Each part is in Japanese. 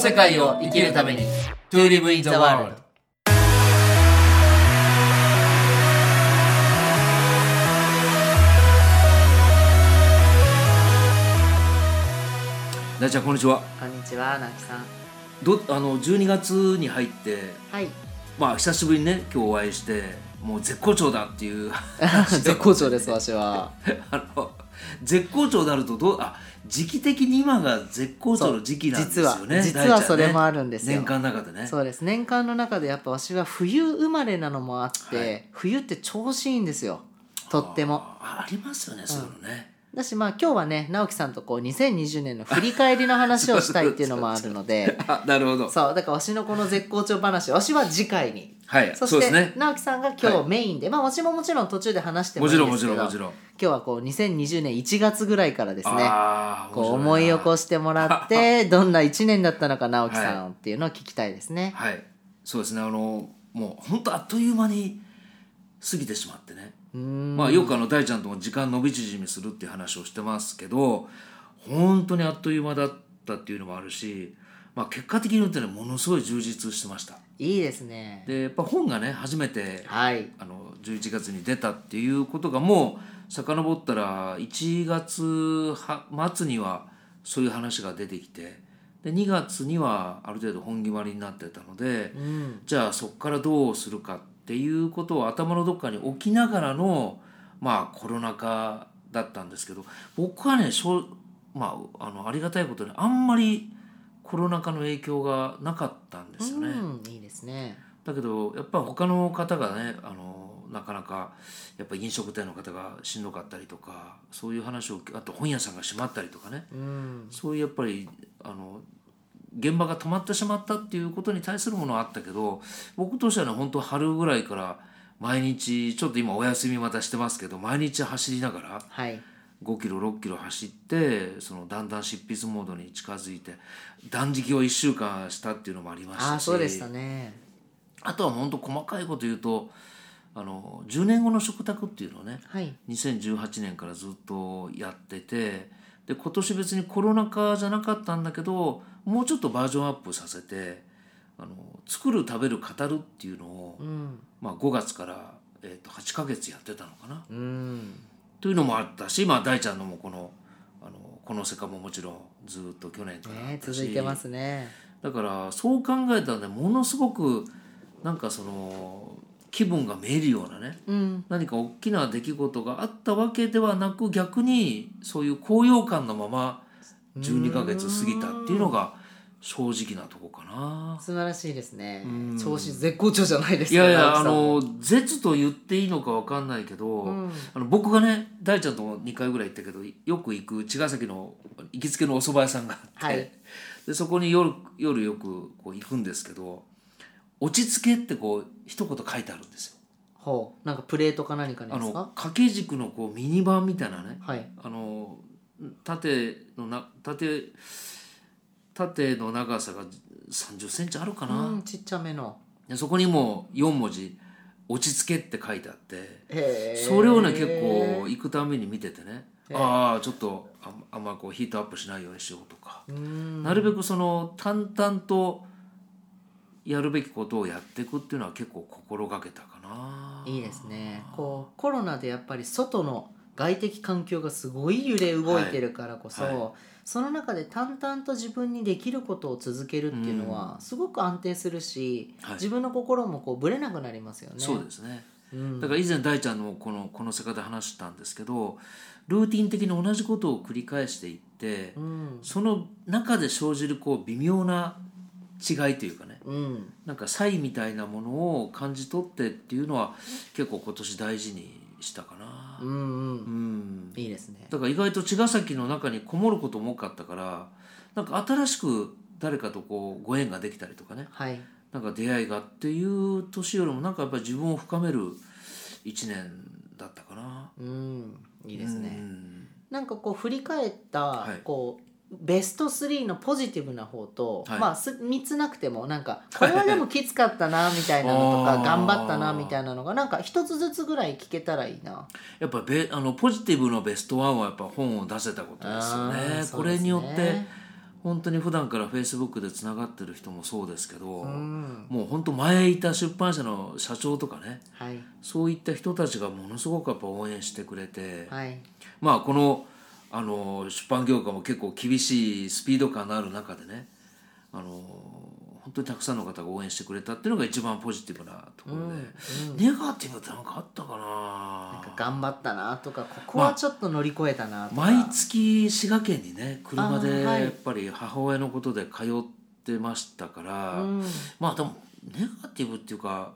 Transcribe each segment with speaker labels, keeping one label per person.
Speaker 1: 世界を生きるために To live in the world 大ちゃんこんにちは
Speaker 2: こんにちは、なきさん。
Speaker 1: どあの12月に入って
Speaker 2: はい。
Speaker 1: まあ久しぶりにね今日お会いしてもう絶好調だっていう
Speaker 2: 絶好調です、私は。
Speaker 1: あの絶好調になるとどうあ時期的に今が絶好調の時期なんですよ
Speaker 2: そう
Speaker 1: ね
Speaker 2: 実は
Speaker 1: 大ちゃんね
Speaker 2: 実はそれもあるんですよ
Speaker 1: 年間の中でね
Speaker 2: そうです。年間の中でやっぱ私は冬生まれなのもあって、
Speaker 1: はい
Speaker 2: 冬って調子いいんですよ。とっても。
Speaker 1: あありますよねそういうのね、
Speaker 2: だしまあ今日はね、直樹さんとこう2020年の振り返りの話をしたいっていうのもあるの で、
Speaker 1: あなるほど
Speaker 2: そう、だから私のこの絶好調話、私は次回に。
Speaker 1: はい
Speaker 2: そ
Speaker 1: そう
Speaker 2: し
Speaker 1: で
Speaker 2: て、
Speaker 1: すね
Speaker 2: 直樹さんが今日メインで、まあ私ももちろん途中で話しても
Speaker 1: も
Speaker 2: い
Speaker 1: ち
Speaker 2: い
Speaker 1: ろん
Speaker 2: んで
Speaker 1: も
Speaker 2: すけ
Speaker 1: ち
Speaker 2: ど、
Speaker 1: ろんもちろん
Speaker 2: 今日はこう2020年1月ぐらいからですね、
Speaker 1: あー
Speaker 2: こう
Speaker 1: 面
Speaker 2: 思
Speaker 1: 白
Speaker 2: い
Speaker 1: な
Speaker 2: 起こしてもらってどんな1年だったのか直樹さんっていうのを聞きたいですね。
Speaker 1: はいそうですねあのもう本当あっという間に過ぎてしまってねまあよくあの大ちゃんとも時間伸び縮みするっていう話をしてますけど本当にあっという間だったっていうのもあるし、まあ、結果的に言うとねものすごい充実してました
Speaker 2: いいですね。
Speaker 1: でやっぱ本がね初めて
Speaker 2: はい。
Speaker 1: あの11月に出たっていうことがもう遡ったら1月は末にはそういう話が出てきてで2月にはある程度本決まりになってたので、じゃあそこからどうするかっていうことを頭のどっかに置きながらのまあコロナ禍だったんですけど僕はねしょ、まあ、あのありがたいことにあんまりコロナ禍の影響がなかったんですよね。
Speaker 2: うん、いいですね。
Speaker 1: だけどやっぱ他の方がねあのなかなかやっぱ飲食店の方がしんどかったりとかそういう話をあと本屋さんが閉まったりとかね
Speaker 2: うん。
Speaker 1: そういうやっぱりあの現場が止まってしまったっていうことに対するものはあったけど僕としてはね本当春ぐらいから毎日ちょっと今お休みまたしてますけど毎日走りながら
Speaker 2: はい。
Speaker 1: 5キロ6キロ走ってそのだんだん執筆モードに近づいて断食を1週間したっていうのもありましたし
Speaker 2: ああ、そうでしたね。
Speaker 1: あとは本当細かいこと言うとあの10年後の食卓っていうのをね
Speaker 2: はい。
Speaker 1: 2018年からずっとやっててで今年別にコロナ禍じゃなかったんだけどもうちょっとバージョンアップさせてあの作る食べる語るっていうのを、
Speaker 2: うん。
Speaker 1: まあ、5月から、えー、と8ヶ月やってたのかな。
Speaker 2: うん。
Speaker 1: というのもあったし、まあ、大ちゃんのもこの「あのこの世界」ももちろんずっと去年からあ
Speaker 2: ね
Speaker 1: っ、たし
Speaker 2: 続いてますね。
Speaker 1: だからそう考えたらねものすごくなんかその気分がめいるようなね
Speaker 2: うん。
Speaker 1: 何か大きな出来事があったわけではなく逆にそういう高揚感のまま12ヶ月過ぎたっていうのが正直なとこかな。
Speaker 2: 素晴らしいですね。調子絶好調じゃないです
Speaker 1: い
Speaker 2: か。
Speaker 1: やいやあ
Speaker 2: 直
Speaker 1: の絶と言っていいのかわかんないけど、
Speaker 2: ん
Speaker 1: あの僕がね大ちゃんとも2回ぐらい行ったけどよく行く茅ヶ崎の行きつけのお蕎麦屋さんがあって、
Speaker 2: はい
Speaker 1: でそこに夜夜よくこう行くんですけど「落ち着け」ってこう一言書いてあるんで
Speaker 2: 樹さ
Speaker 1: すよ。
Speaker 2: ん。ほう。なんかプレートか何かに
Speaker 1: あ
Speaker 2: です
Speaker 1: の
Speaker 2: か。
Speaker 1: 掛け軸のこうミニ版みたいなね
Speaker 2: はい。
Speaker 1: あの縦のな縦縦の長さが3 0センチあるかな、
Speaker 2: うん、ちっちゃめの。
Speaker 1: でそこにもう4文字「落ち着け」って書いてあって。
Speaker 2: へえ。
Speaker 1: それをね結構行くために見ててね、ああちょっとあんあんまこうヒートアップしないようにしようとか、
Speaker 2: うん。
Speaker 1: なるべくその淡々とやるべきことをやっていくっていうのは結構心がけたかない
Speaker 2: いですねこうコロナでやっぱり外の外的環境がすごい揺れ動いてるからこそ、
Speaker 1: はいは
Speaker 2: その中で淡々と自分にできることを続けるっていうのはすごく安定するし、
Speaker 1: はい
Speaker 2: 自分の心もこうぶれなくなりますよね。
Speaker 1: そうですね、
Speaker 2: うん
Speaker 1: だから以前大ちゃんのこの「この世界」で話したんですけどルーティン的に同じことを繰り返していって、
Speaker 2: うん
Speaker 1: その中で生じるこう微妙な違いというかね
Speaker 2: うん、
Speaker 1: なんか差異みたいなものを感じ取ってっていうのは結構今年大事にしたかな
Speaker 2: うん、うん
Speaker 1: うん
Speaker 2: いいですね。
Speaker 1: だから意外と茅ヶ崎の中にこもることも多かったからなんか新しく誰かとこうご縁ができたりとかね
Speaker 2: はい、
Speaker 1: なんか出会いがっていう年よりもなんかやっぱり自分を深める一年だったかな
Speaker 2: うん、いいですね。
Speaker 1: うん
Speaker 2: なんかこう振り返った、
Speaker 1: い
Speaker 2: こうベスト3のポジティブな方と、
Speaker 1: はい
Speaker 2: まあす3つなくてもなんかこれはでもきつかったなみたいなのと
Speaker 1: あ
Speaker 2: か
Speaker 1: ー
Speaker 2: 頑張ったなみたいなのがなんか一つずつぐらい聞けたらいいな。
Speaker 1: やっぱべあのポジティブのベストワンはやっぱ本を出せたことですよ
Speaker 2: あー
Speaker 1: ね
Speaker 2: そ
Speaker 1: こ
Speaker 2: うで
Speaker 1: れ
Speaker 2: す
Speaker 1: によって本当に普段からフェイスブックでつながってる人もそうですけど、
Speaker 2: うん
Speaker 1: もう本当前いた出版社の社長とかね
Speaker 2: はい
Speaker 1: そういった人たちがものすごくやっぱ応援してくれて、
Speaker 2: はい
Speaker 1: まあこのあの出版業界も結構厳しいスピード感のある中でねあの本当にたくさんの方が応援してくれたっていうのが一番ポジティブなところで、ネガティブってなんかあったかな
Speaker 2: なんか頑張ったなとかここはちょっと乗り越えたなとか、
Speaker 1: 毎月滋賀県にね車
Speaker 2: あ
Speaker 1: で
Speaker 2: ーはい
Speaker 1: やっぱり母親のことで通ってましたから、
Speaker 2: うん
Speaker 1: まあでもネガティブっていうか、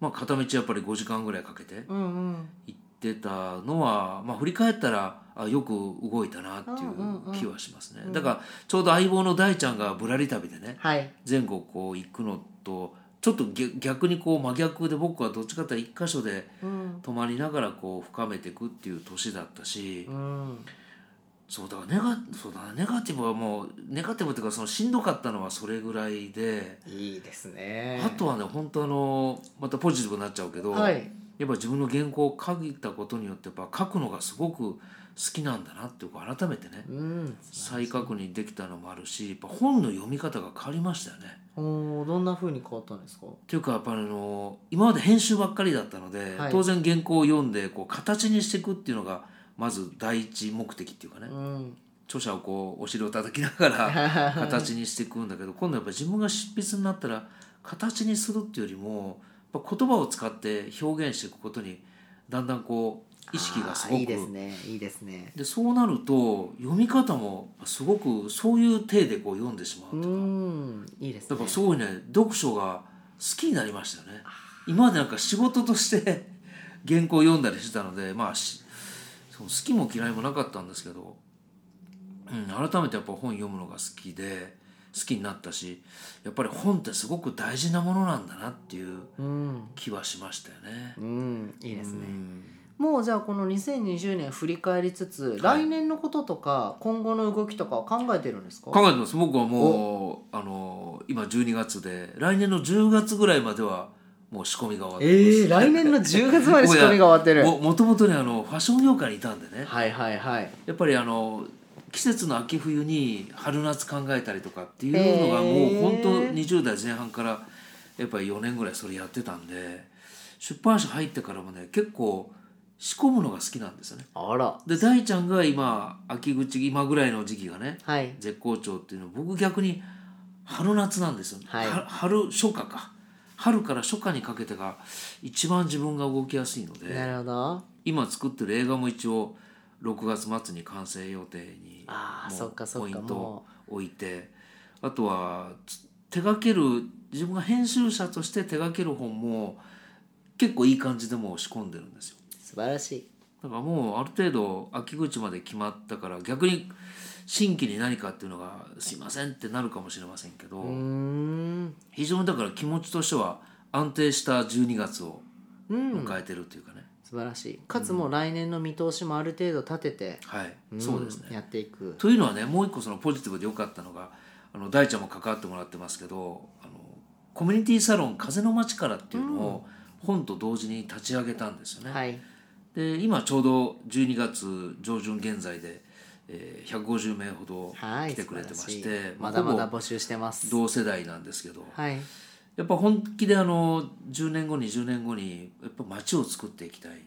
Speaker 1: まあ、片道やっぱり5時間ぐらいかけて
Speaker 2: うんうん
Speaker 1: 行ってたのは、まあ、振り返ったらあよく動いたなってい
Speaker 2: ん
Speaker 1: う気はしますね、だからちょうど相棒の大ちゃんがぶらり旅でね
Speaker 2: はい
Speaker 1: 全国こう行くのとちょっとげ逆にこう真逆で僕はどっちかっていうと一箇所で
Speaker 2: うん
Speaker 1: 泊まりながらこう深めていくっていう年だったし。
Speaker 2: うん
Speaker 1: そうだからネガそうだなネガティブはもうネガティブっていうかそのしんどかったのはそれぐらいで、
Speaker 2: いいですね
Speaker 1: あとはね本当あのまたポジティブになっちゃうけど、
Speaker 2: はい
Speaker 1: やっぱ自分の原稿を書いたことによってやっぱ書くのがすごく好きなんだなっていうか改めてね
Speaker 2: うん
Speaker 1: 再確認できたのもあるしやっぱ本の読み方が変わりましたよね。
Speaker 2: おーどんな風に変わったんですか
Speaker 1: っていうかやっぱりあの今まで編集ばっかりだったので、
Speaker 2: はい
Speaker 1: 当然原稿を読んでこう形にしていくっていうのがまず第一目的っていうかね、
Speaker 2: うん
Speaker 1: 著者をこうお尻を叩きながら形にしていくんだけど今度やっぱ自分が執筆になったら形にするっていうよりもやっぱ言葉を使って表現していくことにだんだんこう意識がすご
Speaker 2: あー
Speaker 1: く
Speaker 2: いいですねいいですね
Speaker 1: でそうなると読み方もすごくそういう体でこう読んでしま
Speaker 2: う
Speaker 1: うとか
Speaker 2: んいいです
Speaker 1: だ
Speaker 2: ね
Speaker 1: からすごいね読書が好きになりましたよね今までなんか仕事として 原稿を読んだりしてたのでまあしその好きも嫌いもなかったんですけど、うん、改めてやっぱ本読むのが好きで好きになったしやっぱり本ってすごく大事なものなんだなっていう
Speaker 2: うん
Speaker 1: 気はしましたよね。
Speaker 2: うんいいです
Speaker 1: う
Speaker 2: ね、
Speaker 1: ん
Speaker 2: もうじゃあこの2020年振り返りつつ、
Speaker 1: はい
Speaker 2: 来年のこととか今後の動きとか考えてるんですか
Speaker 1: 考えてます僕はもうあの今12月で来年の10月ぐらいまではもう仕込みが終わっ
Speaker 2: え
Speaker 1: て
Speaker 2: ー、来年の10月まで仕込みが終わってる
Speaker 1: ももともとねあのファッション業界にいたんでね
Speaker 2: はいはいはい
Speaker 1: やっぱりあの季節の秋冬に春夏考えたりとかっていうのがもう本当
Speaker 2: へー
Speaker 1: 20代前半からやっぱり4年ぐらいそれやってたんで出版社入ってからもね結構仕込むのが好きなんですよね。
Speaker 2: あら
Speaker 1: で大ちゃんが今秋口今ぐらいの時期がね
Speaker 2: はい
Speaker 1: 絶好調っていうのは僕逆に春夏なんですよ、
Speaker 2: はい
Speaker 1: は春初夏か春から初夏にかけてが一番自分が動きやすいので。
Speaker 2: なるほど
Speaker 1: 今作ってる映画も一応6月末に完成予定に
Speaker 2: あー
Speaker 1: もう
Speaker 2: そっかそっか
Speaker 1: ポイント
Speaker 2: も
Speaker 1: を置いてあとはつ手掛ける自分が編集者として手掛ける本も結構いい感じでもう仕込んでるんですよ
Speaker 2: 素晴らしい
Speaker 1: だからもうある程度秋口まで決まったから逆に新規に何かっていうのがすいませんってなるかもしれませんけど、
Speaker 2: うーん
Speaker 1: 非常にだから気持ちとしては安定した12月を迎えてるというかね、
Speaker 2: 素晴らしいかつもう来年の見通しもある程度立てて、
Speaker 1: はい、
Speaker 2: ん
Speaker 1: そうですね
Speaker 2: やっていく
Speaker 1: というのはねもう一個そのポジティブで良かったのがあの大ちゃんも関わってもらってますけどあのコミュニティサロン「風の街から」っていうのを本と同時に立ち上げたんですよね。
Speaker 2: はい
Speaker 1: で今ちょうど12月上旬現在で、えー150名ほど
Speaker 2: はい
Speaker 1: 来てくれてま
Speaker 2: 素
Speaker 1: して,
Speaker 2: 晴らしい
Speaker 1: ま
Speaker 2: ま
Speaker 1: あ、
Speaker 2: だまだ
Speaker 1: ほぼ
Speaker 2: 募集してます
Speaker 1: 同世代なんですけど
Speaker 2: はい
Speaker 1: やっぱ本気であの10年後20年後にやっぱ街を作っていきたい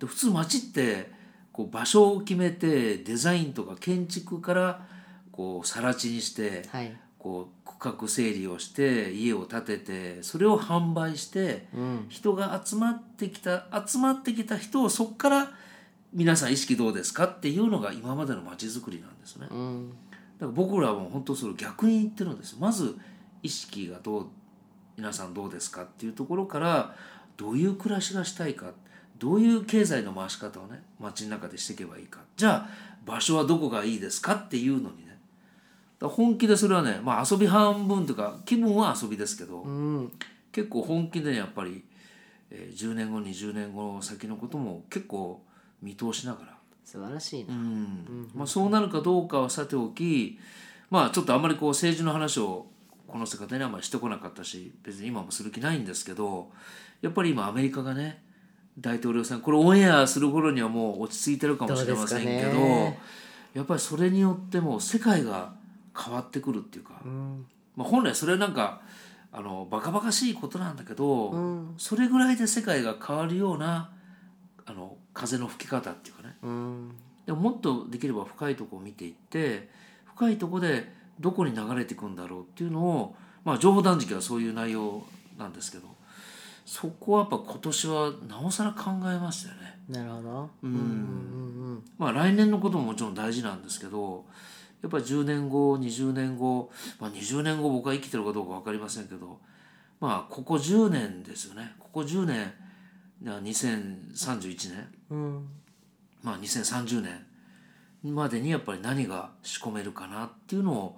Speaker 1: で普通街ってこう場所を決めてデザインとか建築からこう更地にして
Speaker 2: はい
Speaker 1: こう区画整理をして家を建ててそれを販売して
Speaker 2: うん
Speaker 1: 人が集まってきた集まってきた人をそこから皆さん意識どうですかっていうのが今までの街づくりなんですね。
Speaker 2: うん
Speaker 1: だから僕らはもう本当それを逆に言ってるんですよまず意識がどう皆さんどうですかっていうところからどういう暮らしがしたいかどういう経済の回し方をね街の中でしていけばいいかじゃあ場所はどこがいいですかっていうのにねだから本気でそれはね、まあ、遊び半分というか気分は遊びですけど、
Speaker 2: うん
Speaker 1: 結構本気でねやっぱり、えー10年後20年後先のことも結構見通しながら
Speaker 2: 素晴らしいな、
Speaker 1: うんまあ、そうなるかどうかはさておき、まあ、ちょっとあんまりこう政治の話をこの世界でねあんまりしてこなかったし別に今もする気ないんですけどやっぱり今アメリカがね大統領選これオンエアする頃にはもう落ち着いてるかもしれませんけ
Speaker 2: どう
Speaker 1: ど
Speaker 2: ですかね
Speaker 1: やっぱりそれによってもう世界が変わってくるっていうか、
Speaker 2: うん
Speaker 1: まあ、本来それはなんかあのバカバカしいことなんだけど、
Speaker 2: うん
Speaker 1: それぐらいで世界が変わるようなあの風の吹き方っていうかね
Speaker 2: うん
Speaker 1: でももっとできれば深いとこを見ていって深いとこでどこに流れていくんだろうっていうのを、まあ、情報断食はそういう内容なんですけどそこはやっぱ今年はなおさら考えましたよね。
Speaker 2: なるほど
Speaker 1: うん
Speaker 2: うんうん
Speaker 1: まあ、来年のことももちろん大事なんですけどやっぱり10年後20年後、まあ、20年後僕は生きてるかどうか分かりませんけどまあここ10年ですよねここ10年な2031年、
Speaker 2: うんうん
Speaker 1: まあ、2030年までにやっぱり何が仕込めるかなっていうのを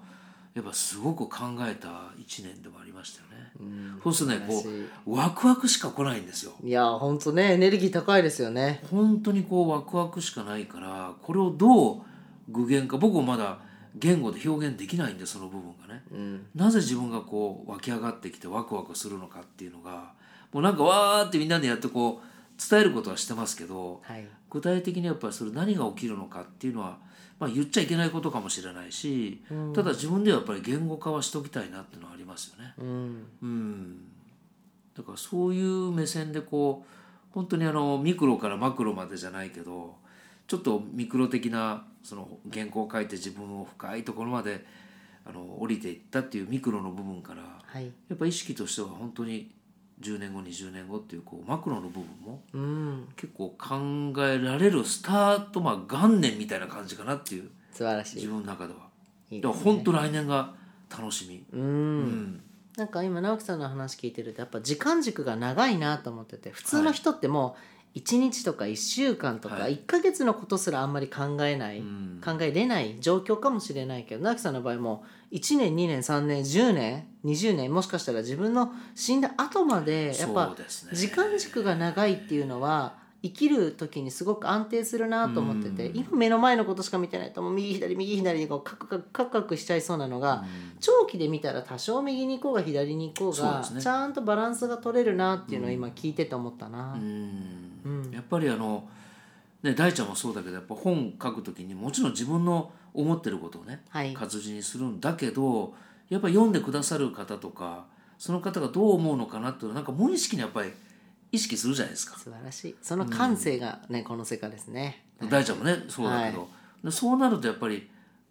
Speaker 1: やっぱすごく考えた1年でもありましたよね。
Speaker 2: うん
Speaker 1: そうするとねこ
Speaker 2: 素晴らしいう
Speaker 1: ワクワクしか来ないんですよ。
Speaker 2: いやほんとねエネルギー高いですよね
Speaker 1: 本当にこうワクワクしかないからこれをどう具現化僕もまだ言語で表現できないんでその部分がね
Speaker 2: うん
Speaker 1: なぜ自分がこう湧き上がってきてワクワクするのかっていうのがもうなんかわーってみんなでやってこう伝えることはしてますけど
Speaker 2: はい
Speaker 1: 具体的にやっぱりそれ何が起きるのかっていうのは、まあ、言っちゃいけないことかもしれないし
Speaker 2: うん
Speaker 1: ただ自分ではやっぱり言語化はしときたいなっていうのはありますよね。
Speaker 2: うん
Speaker 1: うんだからそういう目線でこう本当にあのミクロからマクロまでじゃないけどちょっとミクロ的なその原稿を書いて自分を深いところまであの降りていったっていうミクロの部分から
Speaker 2: はい
Speaker 1: やっぱ意識としては本当に10年後20年後っていうこうマクロの部分も
Speaker 2: うん
Speaker 1: 結構考えられるスタートまあ元年みたいな感じかなっていう
Speaker 2: 素晴らしい
Speaker 1: 自分の中では。
Speaker 2: いい
Speaker 1: だ
Speaker 2: で
Speaker 1: から
Speaker 2: す
Speaker 1: 本当来年が楽しみ。
Speaker 2: う
Speaker 1: うんん
Speaker 2: なんか今直樹さんの話聞いてるとやっぱ時間軸が長いなと思ってて普通の人ってもう1日とか1週間とか
Speaker 1: はい
Speaker 2: 1ヶ月のことすらあんまり考えない、
Speaker 1: うん
Speaker 2: 考えれない状況かもしれないけど直樹さんの場合も1年2年3年10年20年もしかしたら自分の死んだ後までやっ
Speaker 1: そ
Speaker 2: ぱ
Speaker 1: うですね
Speaker 2: 時間軸が長いっていうのは生きる時にすごく安定するなと思ってて
Speaker 1: うん
Speaker 2: 今目の前のことしか見てないともう右左右左にこうカクカクカクカクしちゃいそうなのが
Speaker 1: うん
Speaker 2: 長期で見たら多少右に行こうが左に行こう
Speaker 1: そうで
Speaker 2: が
Speaker 1: すね
Speaker 2: ちゃんとバランスが取れるなっていうのを今聞いてて思ったな
Speaker 1: う。
Speaker 2: うんん
Speaker 1: やっぱりあの、ね、大ちゃんもそうだけどやっぱ本書く時にもちろん自分の思ってることをね
Speaker 2: はい
Speaker 1: 活字にするんだけどやっぱ読んでくださる方とかその方がどう思うのかなっていうのはなんか無意識にやっぱり意識するじゃないですか、
Speaker 2: 素晴らしいその感性がね、この世界ですね。
Speaker 1: 大ちゃんもねそうだけど、でそうなるとやっぱり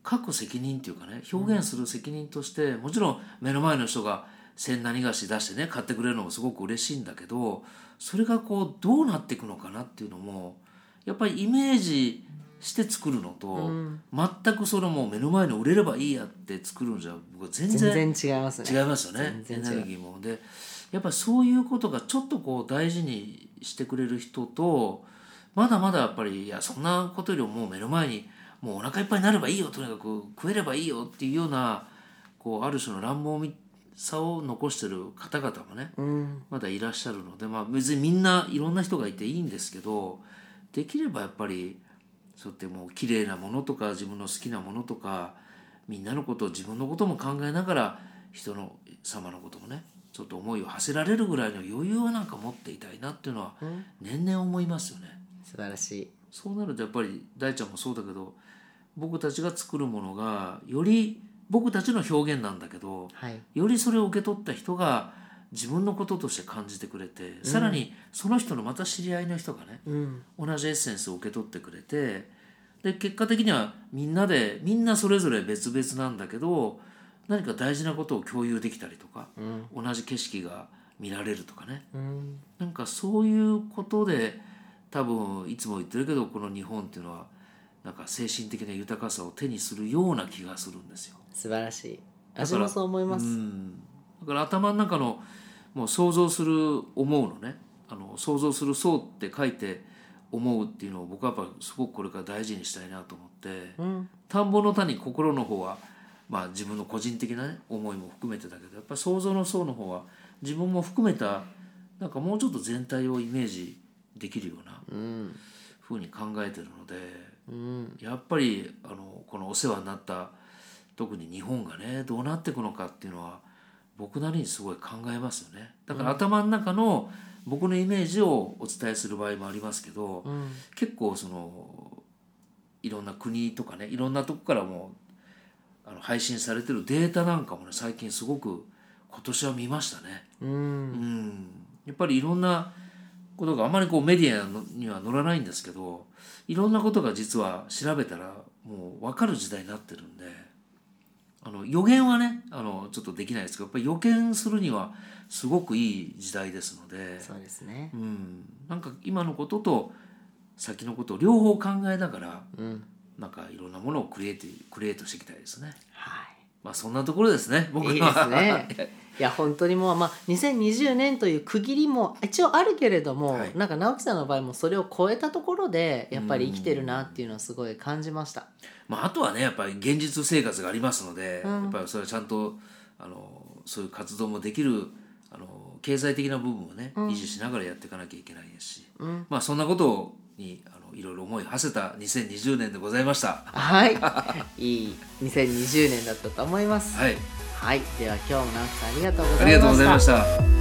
Speaker 1: 書く責任っていうかね表現する責任として、もちろん目の前の人が千何菓子出してね買ってくれるのもすごく嬉しいんだけどそれがこうどうなっていくのかなっていうのもやっぱりイメージして作るのと、
Speaker 2: うん
Speaker 1: 全くそれもう目の前に売れればいいやって作るんじゃ僕は全然
Speaker 2: 全然違います
Speaker 1: 違
Speaker 2: ね。
Speaker 1: いますよねエ
Speaker 2: 全
Speaker 1: ネ
Speaker 2: 然違う
Speaker 1: ルギーもでやっぱりそういうことがちょっとこう大事にしてくれる人とまだまだやっぱりいやそんなことよりももう目の前にもうお腹いっぱいになればいいよとにかく食えればいいよっていうようなこうある種の乱暴さを残してる方々もね
Speaker 2: うん、
Speaker 1: まだいらっしゃるのでまあ別にみんないろんな人がいていいんですけどできればやっぱりそうやってもう綺麗なものとか自分の好きなものとかみんなのこと自分のことも考えながら人の様のこともねちょっと思いを馳せられるぐらいの余裕をなんか持っていたいなっていうのは
Speaker 2: うん
Speaker 1: 年々思いますよね。
Speaker 2: 素晴らしい。
Speaker 1: そうなるとやっぱり大ちゃんもそうだけど僕たちが作るものがより僕たちの表現なんだけど
Speaker 2: はい。
Speaker 1: よりそれを受け取った人が自分のこととして感じてくれて、さらにその人のまた知り合いの人がね
Speaker 2: うん、
Speaker 1: 同じエッセンスを受け取ってくれてで結果的にはみんなでみんなそれぞれ別々なんだけど何か大事なことを共有できたりとか
Speaker 2: うん、
Speaker 1: 同じ景色が見られるとかね
Speaker 2: うん、
Speaker 1: なんかそういうことで多分いつも言ってるけどこの日本っていうのはなんか精神的な豊かさを手にするような気がするんですよ。
Speaker 2: 素晴らしい。
Speaker 1: から
Speaker 2: 私もそう思います。
Speaker 1: うんだから頭の中のもう想像する思うのねあの想像するそうって書いて思うっていうのを僕はやっぱすごくこれから大事にしたいなと思って
Speaker 2: うん、
Speaker 1: 田んぼの谷心の方はまあ自分の個人的な、ね、思いも含めてだけどやっぱり想像の層の方は自分も含めたなんかもうちょっと全体をイメージできるような
Speaker 2: うん、
Speaker 1: 風に考えてるので
Speaker 2: うん、
Speaker 1: やっぱりあのこのお世話になった特に日本がねどうなっていくのかっていうのは僕なりにすごい考えますよねだから頭の中の僕のイメージをお伝えする場合もありますけど、
Speaker 2: うん、
Speaker 1: 結構そのいろんな国とかねいろんなとこからもあの配信されてるデータなんかもね最近すごく今年は見ましたね。
Speaker 2: うん
Speaker 1: うん、やっぱりいろんなことがあまりこうメディアのには載らないんですけどいろんなことが実は調べたらもう分かる時代になってるんであの予言はねあのちょっとできないですけどやっぱり予見するにはすごくいい時代ですので、
Speaker 2: そうですね
Speaker 1: うん、なんか今のことと先のことを両方考えながら
Speaker 2: うん
Speaker 1: なんかいろんなものをクリエイトクリエイトしていきたいですね。
Speaker 2: はい
Speaker 1: まあそんなところですね僕はい
Speaker 2: いですねいや本当にもう、まあ、2020年という区切りも一応あるけれども、
Speaker 1: はい
Speaker 2: なんか直樹さんの場合もそれを超えたところでやっぱり生きてるなっていうのはすごい感じました。
Speaker 1: まあ、あとはねやっぱり現実生活がありますので、
Speaker 2: うん
Speaker 1: やっぱりそれはちゃんとあのそういう活動もできるあの経済的な部分をね、維持しながらやっていかなきゃいけないですし、まあそんなことにあのいろいろ思いを馳せた2020年でございました。
Speaker 2: はい、いい2020年だったと思います。
Speaker 1: はい、
Speaker 2: はい、では今日も直樹さんありがとうございました。
Speaker 1: ありがとうございました。